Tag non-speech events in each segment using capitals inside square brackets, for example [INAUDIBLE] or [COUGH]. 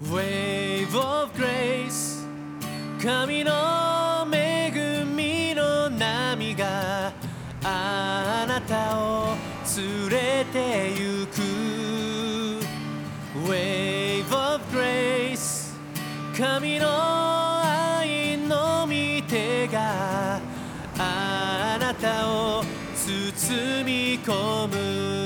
Wave of Grace 神の恵みの波があなたを連れて行く Wave of Grace 神の愛の御手があなたを包み込む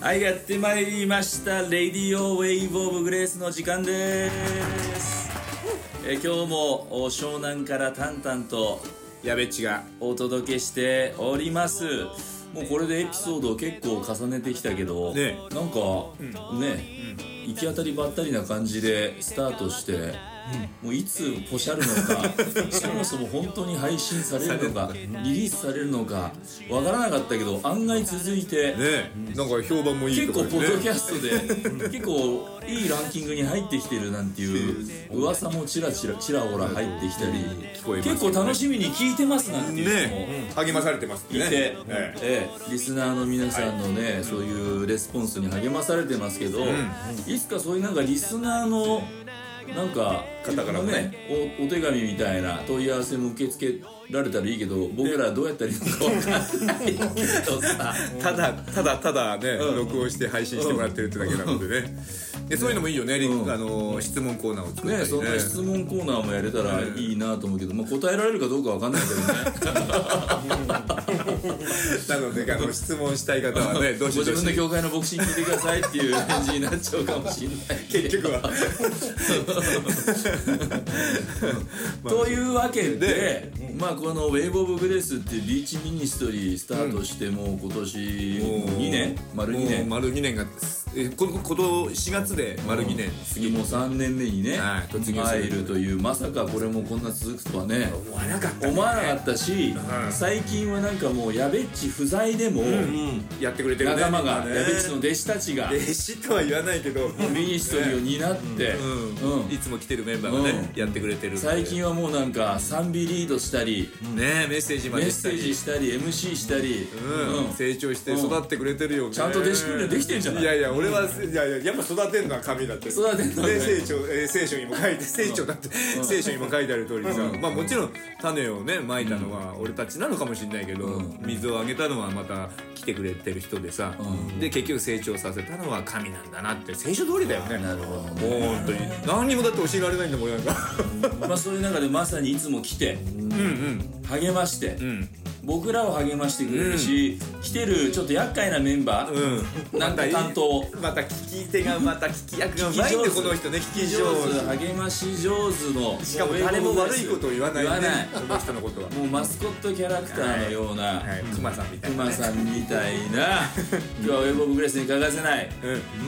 はい、やってまいりました。レディオウェイブオブグレースの時間です。えー今日もお湘南からタンタンとやべっちがお届けしております。もうこれでエピソードを結構重ねてきたけど、ねなんか、ね、行き当たりばったりな感じでスタートして、もういつポシャる [LAUGHS] のかそもそも本当に配信されるのかリリースされるのかわからなかったけど案外続いて、ねなんか評判もいい結と構かポッねドキャストで [LAUGHS] 結構いいランキングに入ってきてるなんていう噂もちらちらちらほら入ってきたり聞こえますよね結構楽しみに聞いてますなんていうのもね励まされてますっていねてええええリスナーの皆さんのねそういうレスポンスに励まされてますけどいつかそういうなんかリスナーのなんか方からもねおお手紙みたいな問い合わせも受け付けられたらいいけど僕らどうやったらいいのか分かんないけどさただただただね、録音して配信してもらってるってだけなのでね、でそういうのもいいよね、リうんあのー質問コーナーを作ったりねねそんな質問コーナーもやれたらいいなと思うけど、まあ、答えられるかどうかわかんないけど [LAUGHS] ねなのであの質問したい方 [LAUGHS] はねどごしど自分しの教会の牧師に聞いてくださいっていう返事になっちゃうかもしれ [LAUGHS] ないけど結局はというわけで、まあ、この「ウェーブ・オブ・グレース」っていうリーチミニストリースタートしてもう今年2年丸2もう年丸2年がえこのこの4月で丸2年次もう3年目にねはい突入す入るるというまさかこれもこんな続くとはね思わなかっ思わなかったし最近はなんかもうやべっち不在でもやってくれてるね仲間がみんなやねべっちの弟子たちが弟子とは言わないけどミニストリーを担って、うんうんいつも来てるメンバーがねうやってくれてるので最近はもうなんか賛美リードしたり、ねメッセージまメッでしたセーりジしたり MC したり、うん成長して育ってくれてるよねちゃんと弟子訓練できてんじゃないいやいや俺はいやいややっぱ育てるのは神だって育てんのはねで聖書えー聖書にも書いて聖書だって聖書にも書いてある通りさまあもちろん種をねまいたのは俺たちなのかもしれないけどん水をあげたのはまた来てくれてる人でさうで結局成長させたのは神なんだなって聖書通りだよねなるほどねもう本当に何にもだって教えられないんだもん俺なんかまあ、そういう中でまさにいつも来て、励まして、ん僕らを励ましてくれるし、来てるちょっと厄介なメンバー、うんなんか担当また聞き手がまた聞き役がうまいん聞きで上手この人ね聞き上手上手励まし上手のしかも誰も悪いことを言わないね言わないこの人のことはもうマスコットキャラクターのような、はいクマさんみたいな熊さんみたいな [LAUGHS] 今日はウェブオブグレースに欠かせない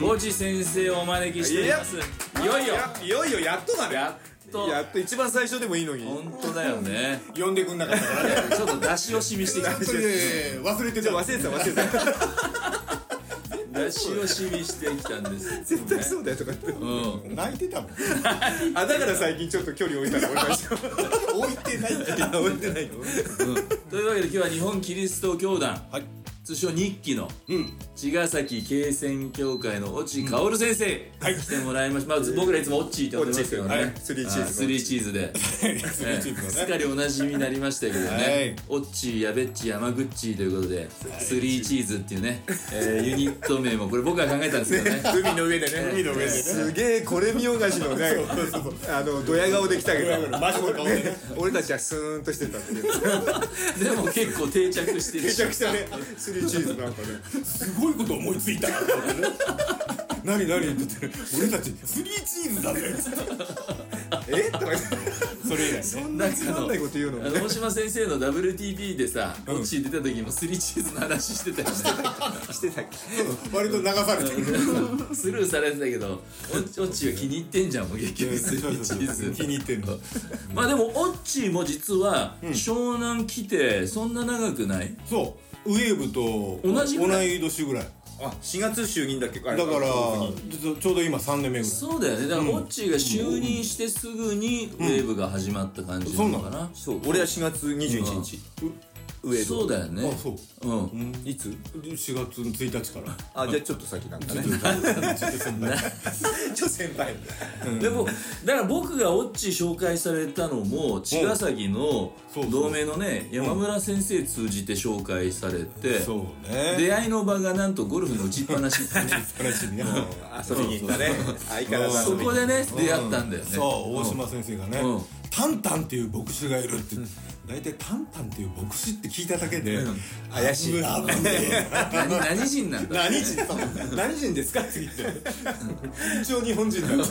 ボジ先生をお招きしていますいよいよやいよいよやっとだねやっとやっと一番最初でもいいのに本当だよね呼んでくんなかったからねちょっと出し惜しみしてきたいやいや忘れてた忘れてた忘れてた出し惜しみしてきたんです絶対そうだよとかってうん泣いてたもん [LAUGHS] あだから最近ちょっと距離置いたの俺た [LAUGHS] ちと置いてないってあ [LAUGHS] 置いてないのというわけで今日は日本キリスト教団、はい通称日記の茅ヶ崎慶泉教会の越智薫先生、来てもらいました、まあ、僕らいつもオッチーって呼んでますけどね、オッチーはいスリーチーズあスリーチーズでええチーズのねすっかりおなじみになりましたけどね、はいオッチーやべっち山口ということでスリーチーズっていうね、えーユニット名もこれ僕が考えたんですけどね [LAUGHS] 海の上でね海の上でねすげえこれ見よがしのねあのドヤ顔で来たけどマジの顔でね俺たちはスーンとしてたっていうでも結構定着してるめしちゃくちゃねスリーチーズなんかねすごいこと思いついたなって何何って言ってる俺たちスリーチーズだぜえとか言ってそれ以来そんなつまんないこと言うあのもねの大島先生の WTP でさ、オッチー出た時もスリーチーズの話して [LAUGHS] たよねしてたっけ割と流されてるスルーされてたけどオッチオッチーは気に入ってんじゃんもう結局スリーチーズ気に入ってんのまあでもオッチーも実は湘南来てそんな長くないそうウェーブと同じぐら同い年ぐらいだあ4月就任だっけだからちょちょうど今3年目ぐらいそうだよねだからオッチーが就任してすぐにウェーブが始まった感じなのかな、そう俺は4月21日、上のそうだよねあそううんうんいつ4月の1日 [LAUGHS] からあじゃあちょっと先なんだねちょっと先輩でもだから僕がオッチ紹介されたのも茅ヶ崎のそうそう同盟のね山村先生通じて紹介されてそうね出会いの場がなんとゴルフの打ちっぱ [LAUGHS] なし話にね遊びに行ったね相変わらずそ遊びにこでね出会ったんだよねそう大島先生がねうん「タンタンっていう牧師がいる」って大体「タンタンっていう牧師」って聞いただけで怪しい危ない危ない何何人なんだ何人だ何人ですかって言って一応日本人だよね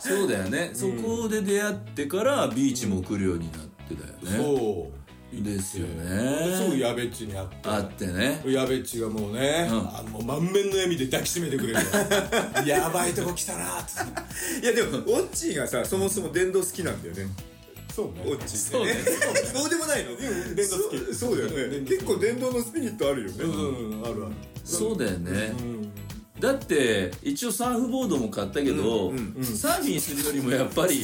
そうだよねそこで出会ってからビーチも来るようになってだよねそうですよですぐね矢部っちに会ってあってね矢部っちがもうね、うんあの満面の笑みで抱きしめてくれる [LAUGHS] やばいとこ来たなーっていやでもオッチーがさそもそも電動好きなんだよねそうねオッチーってね [LAUGHS] そうでもないの電動好そきそうだよね電動好き結構電動のスピリットあるよねうんうんあるあるそうだよねうんだって一応サーフボードも買ったけど、サーフィンするよりもやっぱ [LAUGHS] り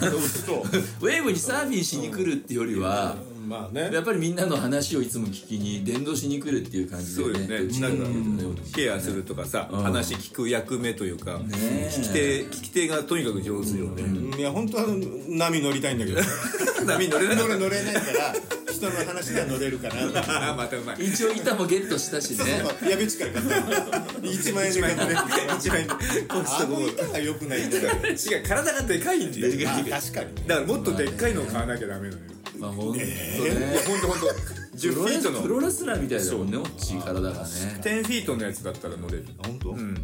あのウそうェーブにサーフィンしに来るってよりは、うんまあねやっぱりみんなの話をいつも聞きに伝道しに来るっていう感じでそうよねうちなんかねケアするとかさん話聞く役目というかえ聞き手聞き手がとにかく上手よねうんいや本当は波乗りたいんだけど [LAUGHS] 波乗れ [LAUGHS] ない乗れ乗れないから人の話には乗れるかなっ [LAUGHS] てあーまたうまい一応板もゲットしたしねやべっちから買った1万円一で枚買った目一枚目コスあトコの板が良くないんだよ違う体がでかいんだよあ確かにねだからもっとでっかいのを買わなきゃダメなのよまあほんとねほんとほんと10プフロレィーストプのロレスラーみたいだもんねおっちい体がね10フィートのやつだったら乗れる本当うん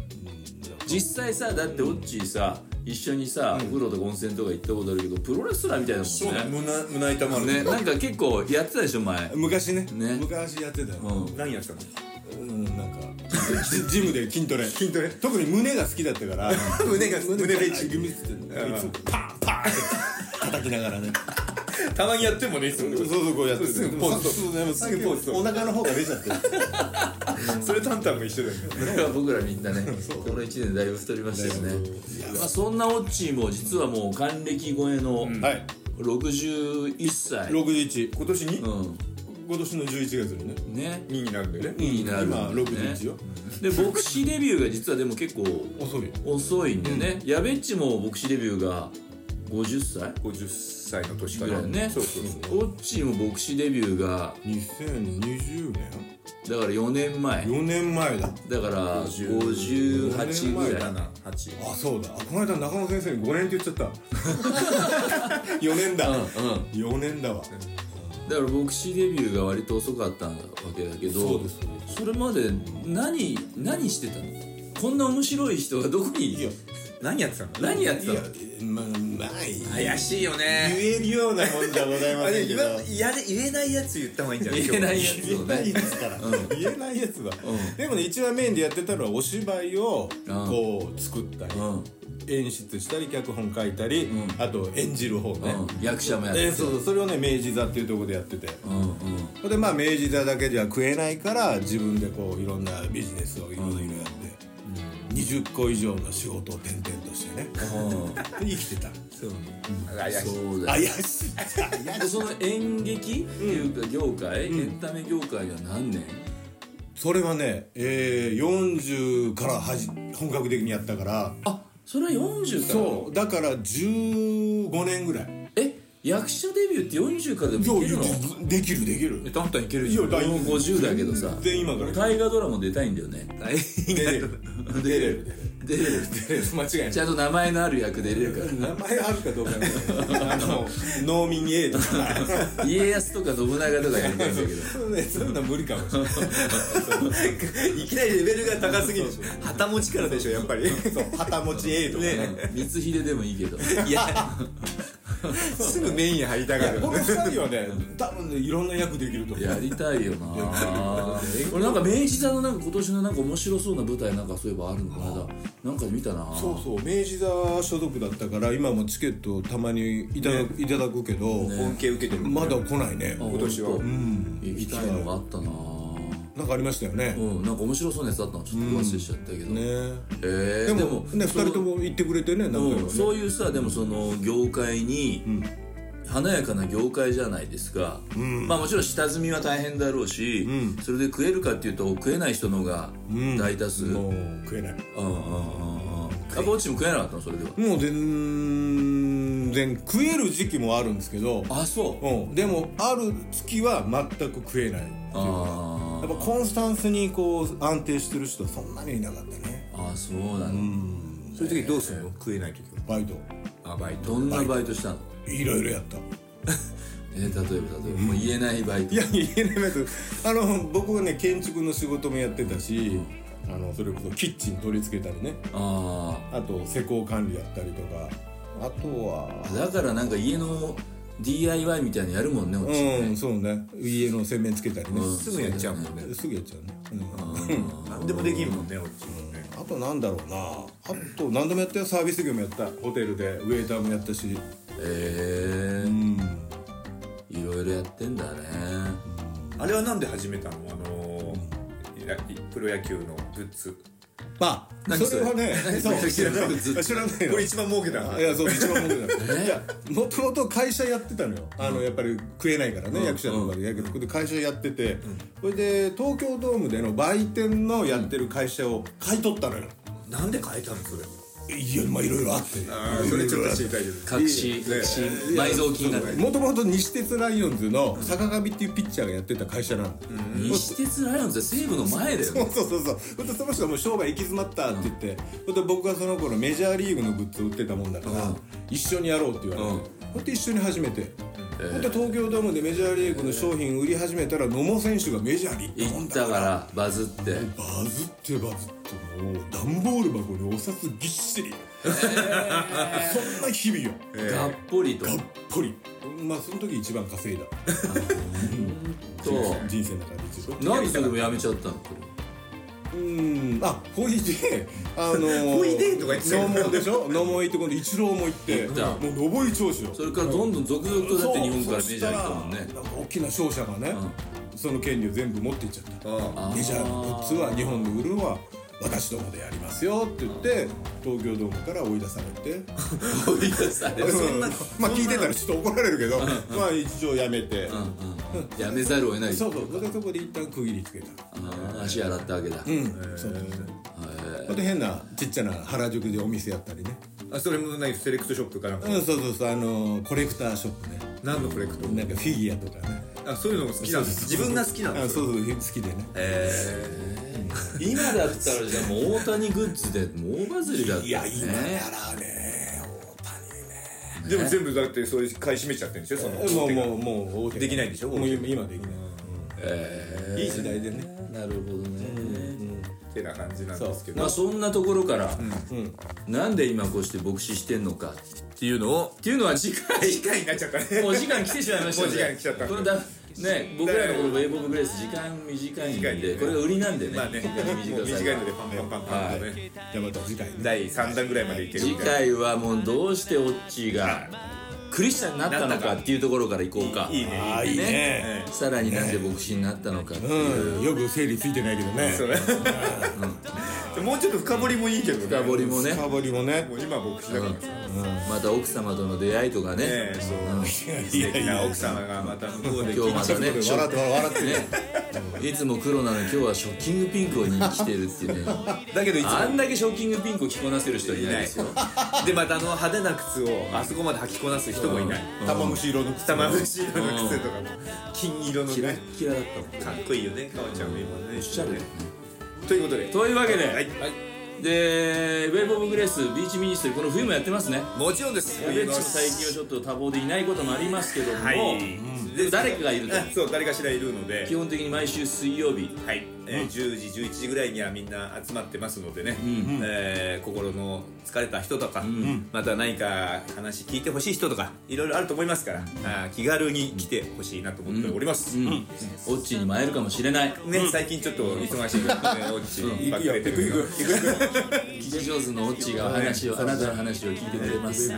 実際さだってオッチーさ一緒にさ、お風呂とか温泉とか行ったことあるけどプロレスラーみたいだそうだもんね胸胸板もあるねなんか結構やってたでしょ前昔ねね昔やってたようん何やってたのうんなんかジ [LAUGHS] ジムで筋トレ筋トレ特に胸が好きだったから胸が [LAUGHS] 胸胸ででいつもパンパンって叩きながらねたまにやってもねいつもそうそうこうやってすぐポーズそうでもすぐポーズお腹の方が出ちゃってるそれタンタンも一緒だよねこれは僕らみんなねこの1年だいぶ太りましたよねまあそんなオッチーも実はもう還暦超えのはい61歳、うん61今年に今年の11月にねね2になるんだよねになるんだ今よね61よで牧師デビューが実はでも結構遅い遅いんだよね、やべっちも牧師デビューが50歳50歳の年かぐららいねそうそうそうオッチーも牧師デビューが2020年だから4年前4年前だだから58ぐらい7 8あそうだあこの間中野先生に5年って言っちゃった [LAUGHS] 4年だうんうん4年だわだから牧師デビューが割と遅かったわけだけどそうですそうそれまで何何してたのこんな面白い人がどこにいや何やってたの何やってたのままあいい怪しいよね言えるようなもんじゃございまあせれんけ言どわいやで言えないやつ言った方がいいんじゃない言えないやつ言をえないねですから、言えないやつは、でもね一番メインでやってたのはお芝居をうんこう作ったり、うん演出したり脚本書いたり、んあと演じる方ね、うん役者もやっえてーそうそうそれをね明治座っていうところでやっててうんうんそれでまあ明治座だけじゃ食えないから自分でこういろんなビジネスをいろいろやって、20個以上の仕事を転々としてねあ生きてたそう怪あし [LAUGHS] いそうだ怪よしい怪しいその演劇っていうか業界、エンタメ業界が何年それはね、えー、40からはじ本格的にやったからあそれは40からそうだから15年ぐらいえ役者デビューって40からでもそういけるのできるできるタンタンいけるいじゃやん大俺も50だけどさ全然今から大河ドラマ出たいんだよね大変出だれる出れる出れる出れる間違いな [LAUGHS] いちゃんと名前のある役出れるから [LAUGHS] 名前あるかどうかねあの農民 A とか家康とか信長とかやりたいんだけどそうねそういうのは無理かもしれないいきなりレベルが高すぎるし旗持ちからでしょやっぱりそう旗持ち A とかね光秀でもいいけどいやすぐメインに入りたがるこの2人はね多分ねいろんな役できると思うやりたいよな [LAUGHS] 俺なんか明治座のなんか今年のなんか面白そうな舞台なんかそういえばあるのかななんかで見たなそうそう明治座所属だったから今もチケットたまにいただ,、いただくけど、恩恵受けてるまだ来ないねあ今年はほんとうん行きたいのがあったななんかありましたよね、うんなんか面白そうなやつあったのちょっと忘れしちゃったけど、ねえー、でもね二その人とも言ってくれてね何回もうん、ねそういうさでもその業界に、華やかな業界じゃないですか、まあもちろん下積みは大変だろうし、それで食えるかっていうと食えない人の方が大多数、うんうんうんもう食えないうんうんやっぱオチも食えなかったのそれではもう全然食える時期もあるんですけどあそううん、でもある月は全く食えないあーやっぱコンスタンスにこう安定してる人はそんなにいなかったねあーそうなのそういう時どうするの食えない時はバイトあバイトどんなバイトしたのいろいろやったえー例えば例えばもう言えないバイトいや言えないバイトあの僕はね建築の仕事もやってたし、あのそれこそキッチン取り付けたりねああと施工管理やったりとかあとはあだからなんか家の DIY みたいなのやるもんねオチね、うんそうね家の洗面つけたりね、すぐやっちゃうもんねすぐやっちゃうね、う [LAUGHS] ん何でもできんもんね俺ちもねあとなんだろうなあと何でもやったよサービス業もやったホテルでウェイターもやったしええいろいろやってんだねあれはなんで始めたのあのーやプロ野球のグッズまあ何それはねそう知らない何それ知らないこよれ一番儲けたいやそう一番文句だいやもともと会社やってたのよあのやっぱり食えないからね役者とかでやけどこれで会社やっててそれで東京ドームでの売店のやってる会社を買い取ったのよなんで変えたのそれいやまあいろいろあってああそれちょっと知りたいけど隠し隠し埋蔵金がねもともと西鉄ライオンズの坂上っていうピッチャーがやってた会社なの西鉄ライオンズは西武の前だよ [LAUGHS] そうねそうそうそうほんとその人はもう商売行き詰まったって言って、ほんと僕がその頃メジャーリーグのグッズを売ってたもんだから、うん一緒にやろうって言われて、ほんと一緒に始めて、ほんと東京ドームでメジャーリーグの商品売り始めたら野茂選手がメジャーに行ったも行んっだたからバズってバズってバズってもう段ボール箱にお札ぎっしり、そんな日々よがっぽりとがっぽりまあその時一番稼いだと人生の中で一番なんでそれでもやめちゃったのうんあほいであの [LAUGHS] ー、ほいでとか言ってたよノモでしょノモ行って今度一郎も行って行ったもう上り調子よそれからどんどん続々とだって日本からメジャー行ったもんそねしたらなんか大きな商社がね、その権利を全部持っていっちゃったあメジャーのグッズは日本で売るのは私どもでやりますよって言って東京ドームから追い出されて [LAUGHS] 追い出されるうんまあ聞いてたらちょっと怒られるけどまあ一応やめて、やめざるを得ないそうそうそれでそこで一旦区切りつけたあー足洗ったわけだうんそうそうそうほんで変なちっちゃな原宿でお店やったりねあそれも何セレクトショップかなんかうん、そうそうそう、あのコレクターショップね。何のコレクトなんかフィギュアとかね。あそういうのも好きなんです自分が好きなんあですそうそう、好きでね。今だったらじゃあもう大谷グッズでもう大バズりだったいや、よ今ねやらね、でも全部だってそれ買い占めちゃってるんでしょその大谷ね。もう、もう、もう大手が、できないでしょもう今、今できない。えいい時代でね。ーなるほどねってな感じなんですけどまあそんなところからなんで今こうして牧師してんのかっていうのをっていうのは次回機械になっちゃったね [LAUGHS] もうお時間来てしまいましたのでもう時間来ちゃったこのだね僕らのこのウェーブ・オブ・グレース時間短いん短いんででこれが売りなんでね [LAUGHS] まあねもう時間短い短いのでパンパンパンパンとねじゃ、また次回ね。第3弾ぐらいまでいける次みたいな回はもうどうしてオッチーがクリスチャンになったのかっていうところからいこうかいいねああ、いいね。ねさらになんで牧師になったのかっていううん、よく整理ついてないけどね。そうねもうちょっと深掘りもいいけどね深掘りもね深掘りもね。もう今僕しだからさまた奥様との出会いとかねねそう素敵な奥様がまた向こうで今日またね笑って、ショッ笑って、笑って。ね、いつも黒なのに今日はショッキングピンクを着てるっていうねだけどいつあもんだけショッキングピンクを着こなせる人いないですよでまたあの派手な靴をあそこまで履きこなす人もいない玉虫色の靴。玉虫色の靴とかも金色のキラねッキラだったもんかっこいいよねかわちゃんも今ねおしゃれだよねということでというわけで、はいでウェーブ・オブ・グレースビーチミニストリーこの冬もやってますねもちろんですベッチも最近はちょっと多忙でいないこともありますけども、はいで誰かがいるとあそう誰かしらいるので基本的に毎週水曜日はい、えー10時11時ぐらいにはみんな集まってますのでね、えー心の疲れた人とか、また何か話聞いてほしい人とかいろいろあると思いますから、あー気軽に来てほしいなと思っております、ねオッチーにも会えるかもしれない最近ちょっと忙しいからねおっちばっかりで聞き上手のオッチーが話をあなたの話を聞いてくれます、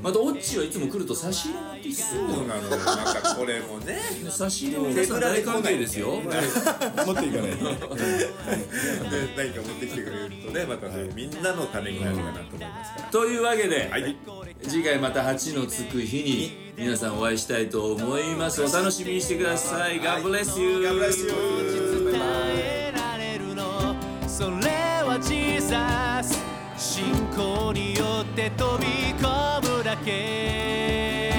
またオッチはいつも来ると差し入れ持ってきてくるんだよ [LAUGHS] そうなのよまたこれもね差し入れも皆さん [LAUGHS] 大歓迎ですよ持っていかないとで何か持ってきてくれるとねまたねみんなのためになるかなと思いますからというわけで、はい次回また8のつく日に皆さんお会いしたいと思いますお楽しみにしてください God bless you God bless you 伝えられるのそれはジーザス信仰によって飛び込むだけ